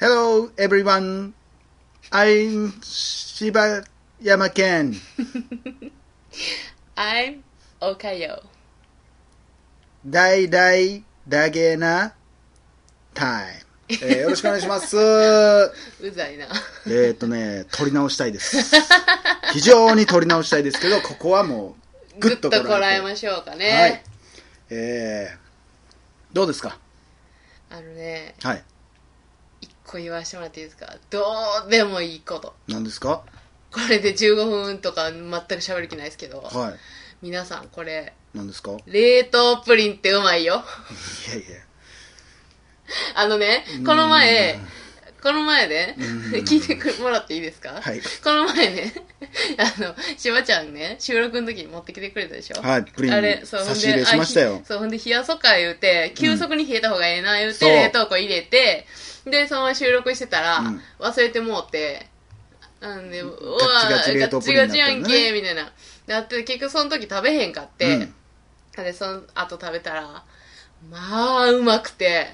Hello, everyone. I'm Shibayama Ken. I'm Okayo. 大大だげなタイム。えーよろしくお願いし ます。えうざいな。ーっとね、撮り直したいです。非常に撮り直したいですけど、ここはもう、ぐぐっっととここららええまましょうて。かはいね。。えー、どうですかあのね、はい。一個言わしてもらっていいですかどうでもいいこと。何ですかこれで15分とか全く喋る気ないですけど、は皆さんこれ、い。何ですかい冷凍プリンってうまいよ。やいや。あのね、この前、この前ね、聞いてくもらっていいですか、はいこの前ね、あの、しばちゃんね、収録の時に持ってきてくれたでしょはいプリンあれ、そう、差し入れしましたよほんであひそう、ほんで冷やそうか言うて、急速に冷えた方がええな言うて、そう冷凍庫入れて、で、そのまま収録してたら、うん忘れてもうて、なんで、うわガチガチ冷凍プリンガになっチガたチよやねんけ、みたいな。なって、結局その時食べへんかっうてん、で、その後食べたら、まあ、うまくて、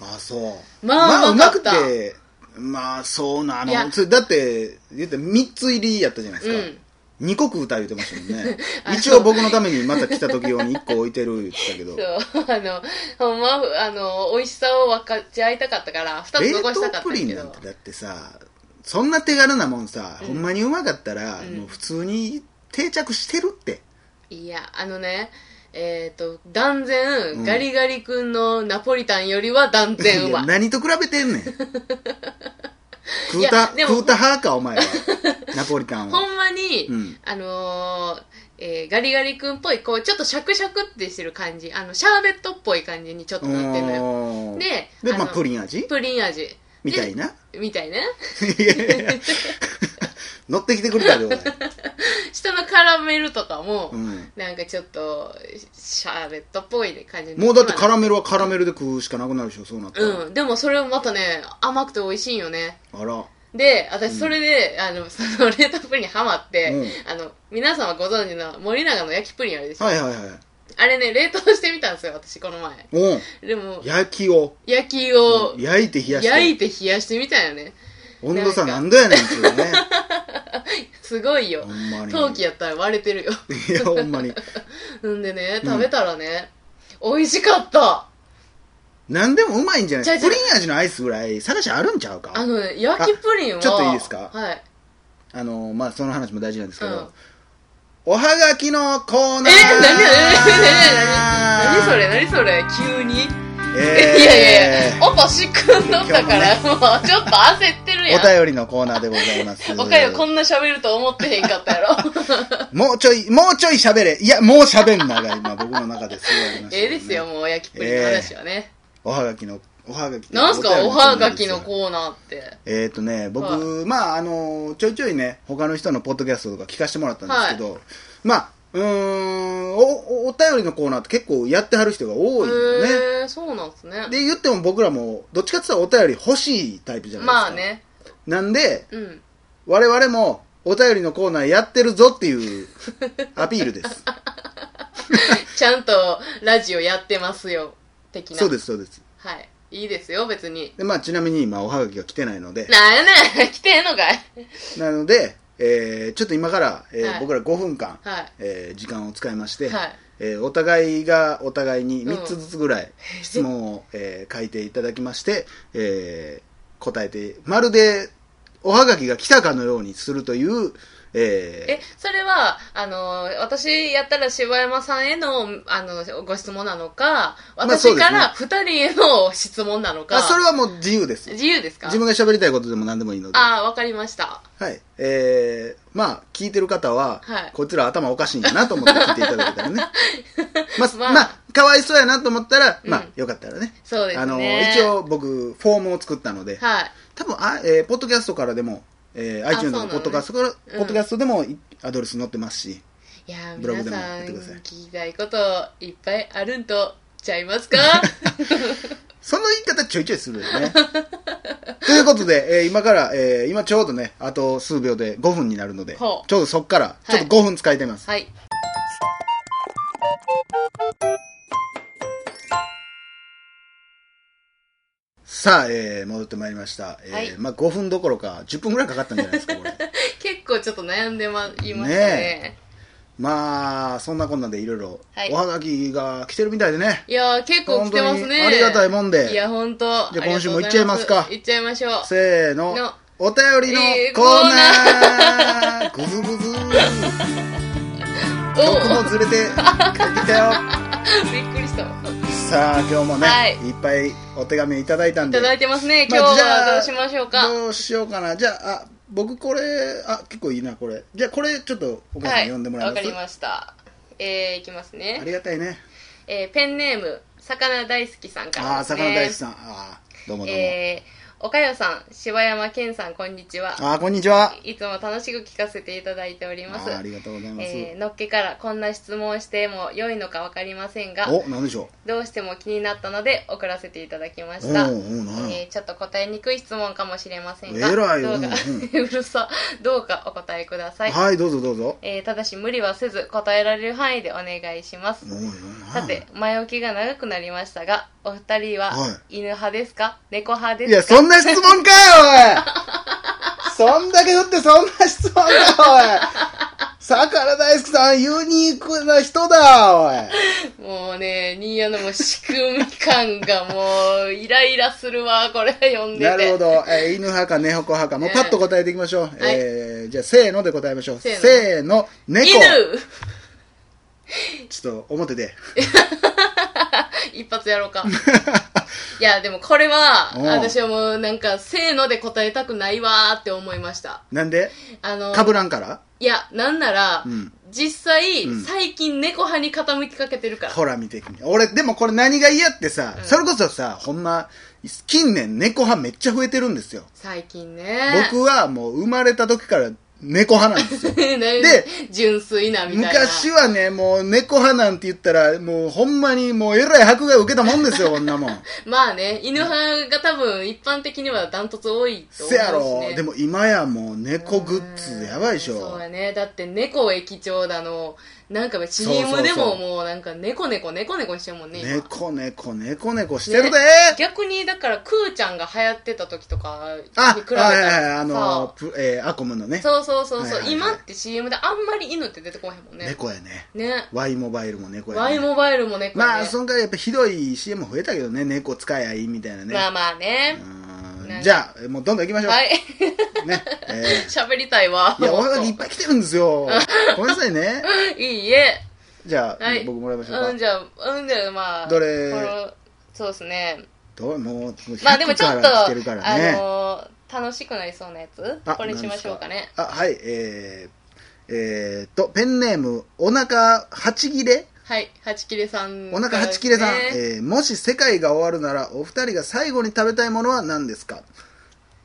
あそうまあううままかっくたてまあそうなあいやのつだって言って3つ入りやったじゃないでうすか、ん。 2個食うた言ってましたもんね あ一応僕のためにまた来た時用に1個置いてる言ってたけど そう、あの、ほんま、あの、美味しさを分かち合いたかったから、二つ冷残したか凍ったプんやリけンど。なんてだってさそんな手軽なもんさ、ほんまにうまかったら、うんもう普通に定着してるっていや、あのね、えっ、と、断然、ガリガリ君のナポリタンよりは断然うまいやい。 何と比べてんねん食ういやたでも食うた派かお 前はナポリタンはほんまに、うんあのーえーガリガリ君っぽい、こう、ちょっとシャクシャクってしてる感じ、あの、シャーベットっぽい感じにちょっとなってるのよ。おーでであまあのプリン味プリン味。みたいな。なみたいね。 いやいやいや乗ってきてくれたで、おい。下のカラメルとかも、うんなんかちょっと、シャーベットっぽい感じにもうだってなカラメルはカラメルで食うしかなくなるでしょ、そうなったら。うん、でもそれもまたね、甘くて美味しいんよね。あら。で、私それで、あの、 その冷凍プリンにハマって、うあの、皆様ご存知の森永の焼きプリンあるでしょ、はいはいはい。あれね、冷凍してみたんですよ、私この前。うん。でも、焼きを、焼きを焼いて冷やして。焼いて冷やしてみたんよね。温度差ななんんだやねんっていうね。すごいよほ。んまに。陶器やったら割れてるよ。 いや、ほんまに。んでね、うん食べたらね、美味しかったなんでもうまいんじゃちなゃういちゃうプリン味のアイスぐらい探しあるんちゃうかあのね、焼きプリンは。あちょっといいですかはい。あの、まあ、その話も大事なんですけうんど。おはがきのコーナーえ、なになになになに何それ何それ急にえーいやいやいや、オポシ君のだから、もうちょっと焦ってるやん。お便りのコーナーでございます。おかよこんな喋ると思ってへんかったや ろ。もうちょい、もうちょい喋れ。いや、もう喋んなが今、僕の中ですごいありました、ええですよ、。もう焼きプリンの話はね。おはがきの、おはがき。なんすか、おはがきーナーですよのコーナーって。えっ、とね、僕、はまあ、あの、ちょいちょいね、他の人のポッドキャストとか聞かせてもらったんですけど、まあ、うーん、お、おお便りのコーナーって結構やってはる人が多いんだよね。えー、そうなんすね。で、言っても僕らも、どっちかって言ったらお便り欲しいタイプじゃないですか。まあ。ね、なんで、うん。我々も、お便りのコーナーやってるぞっていうアピール です。ちゃんとラジオやってますよ、的な。。そうですす、そうです。はい。いいですよ、別に。でまあ、ちなみに今、おはがきが来てないので、なんやねん、来てんのかい。なので、えーちょっと今から、えーはい僕ら5分間、はいえー時間を使いまして、はいえーお互いがお互いにうん3つずつぐらい質問を、えー書いていただきまして、えー答えて、まるでおはがきが来たかのようにするという、ええ、それは、あの、私やったら柴山さんへの、あの、ご質問なのか、まあそ私うですかねら二人への質問なのーまか、あ、それはもう自由です。自由ですか自分が喋りたいことでも何でもいいので。ああ、わかりました。はい。えー、まあ、聞いてる方は、はいこいつら頭おかしいんだなと思って聞いていただけたら ね。まあ、ままああ、かわいそうやなと思ったら、まあうん、よかったらね。そうですね。あの、一、応僕、フォームを作ったので、はい。多分あ、えーポッドキャストからでも、えー、iTunes そうなののねポッドキャストから、うんポッドキャストでもいアドレス載ってますし、いやー、ブロ皆グでもさんやってください聞きたいこといっぱいあるんとちゃ いますかその言い方ちょいちょいするよ ね。ということで、えー今から、えー今ちょうどね、あと数秒で5分になるので、ちほょううどそっから、ちょっと5分使いたいます。はい。さあ、えー戻ってまいりました、えーはいまあ、5分どころか10分ぐらいかかったんじゃないですかこ れ結構ちょっと悩んでまいましたねねまあそんなこんなでいろいろはいおはがきが来てるみたいでねいやー結構来てま本当すねにありがたいもんでいや本当じゃあ今週も行っちゃいますか行っちゃいましょうせーののお便りのえーコーナー、ぐずぐず お曲もずれて帰ってきた よびっくりしたわさあ今日もね、はいい、っぱいお手紙いただいたんいでただいてますね今まあ日じゃあはどうしましょうか、どうしようかなじゃああ僕これあ結構いいなこれじゃあこれちょっとお母さんはに読んでもらえわまかす、りましたえー、いきますあね、りがたいねえー、ペンネーム魚大好きさんからああです、ね、魚大好きさんあーどうもどうも、えー、岡代さん柴山健さんこんにちはあーこんにちはいつも楽しく聞かせていただいておりあますーありがとうございます、えーのっけからこんな質問をしても良いのか分かりませんがおなんでしょどうしても気になったので送らせていただきまうおしうた、おうなんやえーちょっと答えにくい質問かもしれませんがえらいどうか、う うるさどうかお答えください、はいどうぞどうぞえーただし無理はせず答えられる範囲でお願いしますおうおうなんさて前置きが長くなりましたがお二人はは犬派ですか、猫派でいすかやそんな質問かよおい そんだけ振ってそんな質問かおい魚大好きさんユニークな人だおいもうね、ニーヤのもう仕組み感がもう、イライラするわ、これ読んでて。なるほど、えー犬派か猫派かもうパッと答えていきましょう、えはいーじゃあせーので答えましょうせーのせーの猫犬ちょっと表で 一発やろうか。いや、でもこれは、うん私はもうなんか、せーので答えたくないわーって思いました。なんであの、かぶらんからいや、なんなら、うん実際、うん最近猫派に傾きかけてるから。ほら見て俺でもこれ何が嫌ってさ、それこそさほんま近年猫派めっちゃ増えてるんですよ最近ね。僕はもう生まれた時から猫派なんですよで、純粋な みたいな。昔はねもう猫派なんて言ったらもうほんまにもうえらい迫害を受けたもんですよこんなも んまあね、犬派が多分一般的にはダントツ多いと思うし、せね。やろでも今やもう猫グッズやばいでしょそうやねだって猫駅長だのなんか CM でももうなんか猫猫猫猫してるもんね今猫猫猫猫してるで、ね逆にだからクーちゃんが流行ってた時とかに比あ、べたはいはらいはい、あの、さプえーアコムのね、そうそうそうそう、はいはいはい今って CM であんまり犬って出てこへんもんね猫やね。ね Y モバイルも猫や Y ね。モバイルも猫ね、まあ、そんからやっぱひどい CM 増えたけどね、猫使えばいいみたいなね。まあまあね、うーねんじゃあ、もうどんどん行きましょう。はい ね。え喋りたいわーいや、おはがきいっぱい来てるんです よ。ごめんなさいね。いいえじゃあ、はい僕もらいましょううんか。じゃあうんじゃあまあどれこのそうですねどうもう、 まあでもちょ100っと、から来てるからあね。のー楽しくなりそうなやつあこれにしましょうかね。あ、はい、えー、えーっと、ペンネーム、お腹八切れはい、八切れさん、お腹八切れさん、ねえーもし世界が終わるならお二人が最後に食べたいものは何ですか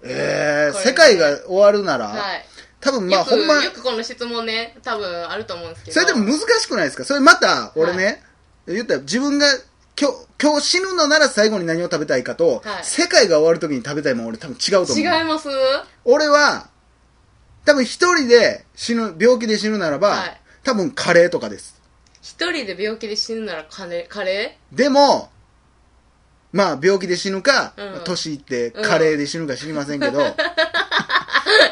えー、これね世界が終わるなら、はい。多分まよあく、ほんまよくこの質問ね、多分あると思うんですけど。それでも難しくないですかそれまた俺ね、は言ったら自分が今日今日死ぬのなら最後に何を食べたいかと、はい世界が終わる時に食べたいもん俺多分違うと思う違います俺は多分一人で死ぬ病気で死ぬならば、はい多分カレーとかです一人で病気で死ぬならカレー、カ レでも、まあ、病気で死ぬか、うん年いってカレーで死ぬか知りませんけど、 ー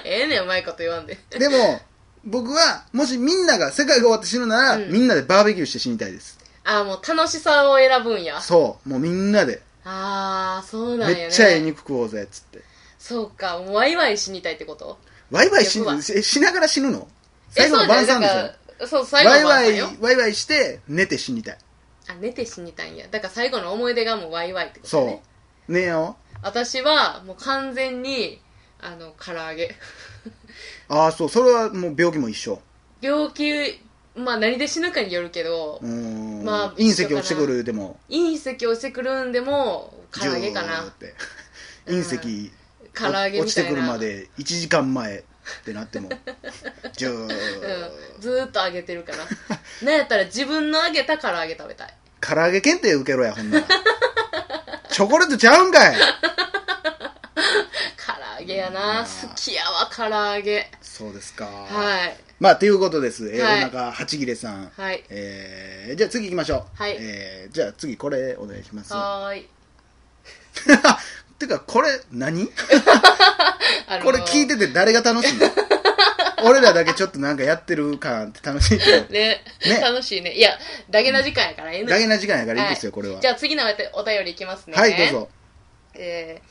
ええねん、うまいこと言わんで。でも、僕は、もしみんなが世界が終わって死ぬなら、うんみんなでバーベキューして死にたいです。ああ、もう楽しさを選ぶんや。そう、もうみんなで、ああ、そうなんやね。めっちゃええ肉食おうぜ、つって。そうか、もうワイワイ死にたいってことワイワイし欲はえしながら死ぬのえ最後の晩餐でしそうだよだからそう、ょ最後ワイの晩ワ餐イ、よ。ワイワイして、寝て死にたい。あ、寝て死にたいんや。だから最後の思い出がもうワイワイってことね。そう。ねえよ。私はもう完全にあの唐揚げ ああ、そう、それはもう病気も一緒。病気まあ何で死ぬかによるけど、うーん。まあ隕石落ちてくるでも、隕石落ちてくるんでも唐揚げかジューっなて。うん隕石、唐揚げみたいな落ちてくるまで1時間前ってな ってもジュー、うん、ずーっと揚げて るからなんやったら自分の揚げた唐揚げ食べたい唐揚げ検定受けろやほんならチョコレートちゃうん かい唐揚げやな、うん好きやわ唐揚げそうですかはいまあということです、えーはいお腹八切れさん、はいえーじゃあ次行きましょう、はいえーじゃあ次これお願いしますはーい てか、これ何、あのこれ聞いてて誰が楽しい の俺らだけちょっとなんかやってる感って楽しい けど。ねね楽しいねいやダゲな時間やからええの大変な時間やからいいですよ、これは。じゃあ次のお便お便りいきますねはい、どうぞ。えー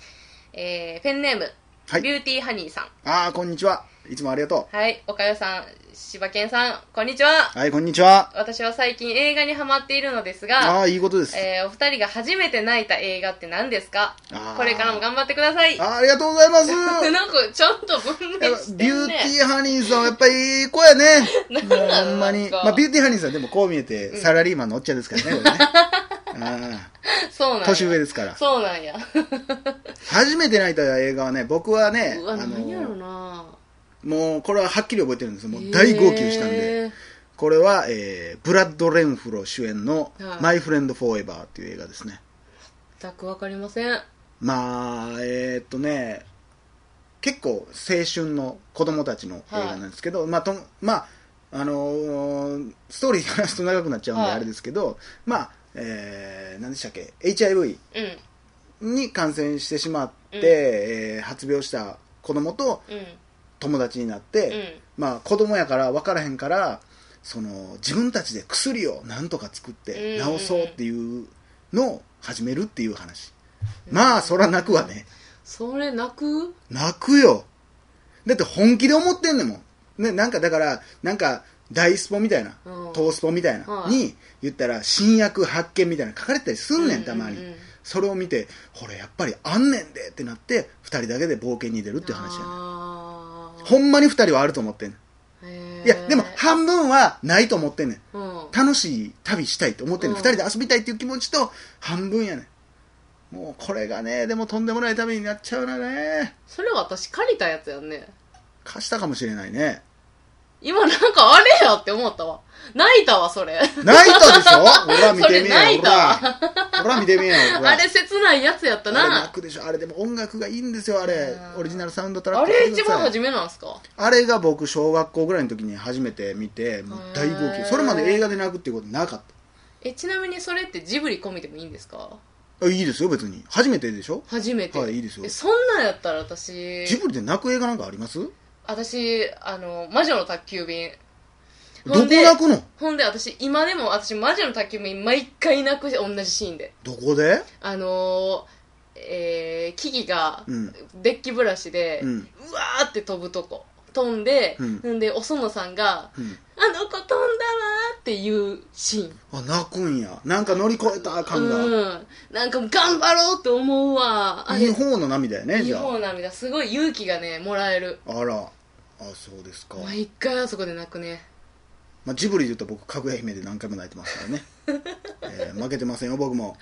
えーペンネーム、はいビューティーハニーさんああ、こんにちは。いつもありがとはいおかよさん柴犬さんこんにちはう。はい、こんにちは。私は最近映画にハマっているのですがああー、いいことです。えーお二人が初めて泣いた映画って何ですかあーこれからも頑張ってくださいあなんかーありがとうござい ます。ちょっと分や類っぱしてんねビューティーハニーさんはやっぱいい子や ね。なんもうなのほんまに。なんかまあ、ビューティーハニーさんでもこう見えて、サラリーマンのおっちゃんですからねこ れね。そうなんうんや年上ですから。そうなんや初めて泣いた映画はね、僕はねう、わあ何やろの、なもうこれははっきり覚えてるんですよ。もう大号泣したんで。へーこれは、えーブラッド・レンフロー主演のは「いマイ・フレンド・フォーエバー」っていう映画ですね全くわかりませんまあえーっとね結構青春の子供たちの映画なんですけど、まあとまああのーストーリー話すと長くなっちゃうんではいあれですけど、まあえー何でしたっけ HIV うんに感染してしまって、うんえー発病した子供とう友達になっんうて、んまあ子供やから分からへんからその自分たちで薬をなんとか作っうてんうんうん治そうっていうのを始めるっていう話、まあそら泣くわねそれ泣く泣くよだって本気で思ってんねんもん、ね、なんかだからなんか大スポみたいな、うんトースポみたいな、はいに言ったら新薬発見みたいなの書かれてたりすんねんたまに、うううそれを見てほらやっぱりあんねんでってなって2人だけで冒険に出るっていう話やねんあーほんまに2人はあると思ってんねんへーいやでも半分はないと思ってんねんうん楽しい旅したいと思ってる、うん二人で遊びたいっていう気持ちと半分やねんもうこれがねでもとんでもない旅になっちゃうなねそれ私借りたやつやんね貸したかもしれないね今なんかあれやって思ったわ泣いたわそれ泣いたでしょほら見てみそれ泣えいよほたらほら見てみえ よほらあれ切ないやつやったあれな泣くでしょあれでも音楽がいいんですよあれうんオリジナルサウンドトラッあクれ聞い一番てください初めなんすかあれが僕小学校ぐらいの時に初めて見てもう大号へ泣ーそれまで映画で泣くっていうことなかっえちなみにそれってジブリ込みでもいいんですかたあいいですよ別に初めてでしょ初めて、はいいいですよえそんなんやったら私ジブリで泣く映画なんかあります私あの魔女の宅急便どこほんで泣くのほんで私今でも私魔女の宅急便毎回泣くし同じシーンでどこであのー、えー、キキがうんデッキブラシで、ううんわーって飛ぶとこ飛んで、うんん、でお園さんがうん「あの子飛んだわ」っていうシーンあ泣くんやなんか乗り越えた感が、うんなんかもう頑張ろうって思うわあいいれ方の涙やねいいじゃ方涙すごい勇気がねもらえるああらあそうですか、毎回あそこで泣くねまあ、ジブリで言うと僕かぐや姫で何回も泣いてますからね、 えー負けてませんよ僕も、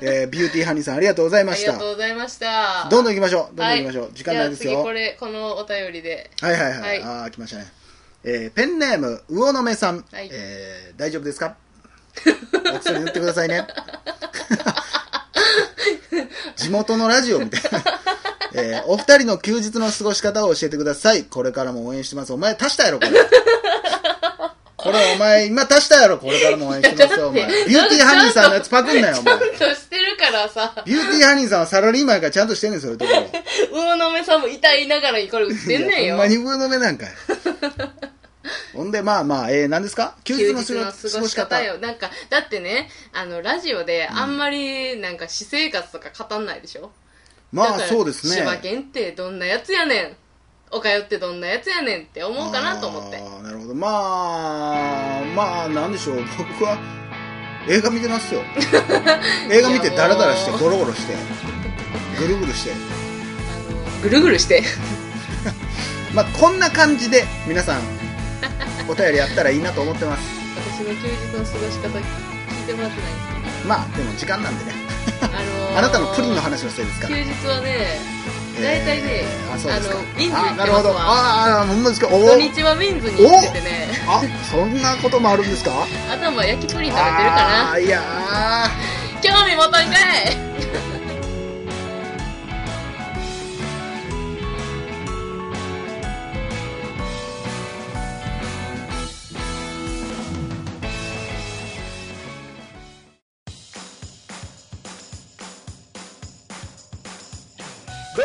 えービューティーハニーさんありがとうございまあしりたがとうございましたどんんどん行きましょうどんどんは行きましょう、時間ないですじゃあよ次こはいれこのお便りではいはい、はいああ来ましたね、えーペンネーム魚の目さん、はいえー大丈夫ですかお薬塗ってくださ いね地元のラジオみたいなえーお二人の休日の過ごし方を教えてください。これからも応援してます。お前足したやろ、これ。これお前今足したやろ、これからも応援してますよ、お 前。だってビューティーハニーさんのやつパクんなよ、お ち前ゃん。としてるからさ ビューティーハニーさんはサラリーマンやからちゃんとしてんねん、そういうところ。魚の目さんも痛いながらにこれ売ってんねんいや よほんまに上の目 なんかいほんでまあまあ、えー、何ですか休日休の日過ごの過過ごごしし方方よなんかだってねあのラジオであんまりなんか私生活とか語んないでしょ、まだあからそうですね柴犬ってどんなやつやねんおかよってどんなやつやねんって思うかなと思ってあーなるほどまあまあなんでしょう 僕は映画見て ますよ映画見てダラダラしていやもゴロゴロしてぐるぐるしてぐるぐるしてまあこんな感じで皆さんお便りやったらいいなと思ってます私の休日の過ごし方聞いてもらってないまあでも時間なんでね あのーあなたのプリンの話のせいですから休日はね大体ね、えーあそうですかあの民事あなるほ行ってますどああほんまですかお土ー日はウィンズに行っててねあそんなこともあるんですか頭焼きプリン食べてるかあーいやな興味持たんかいど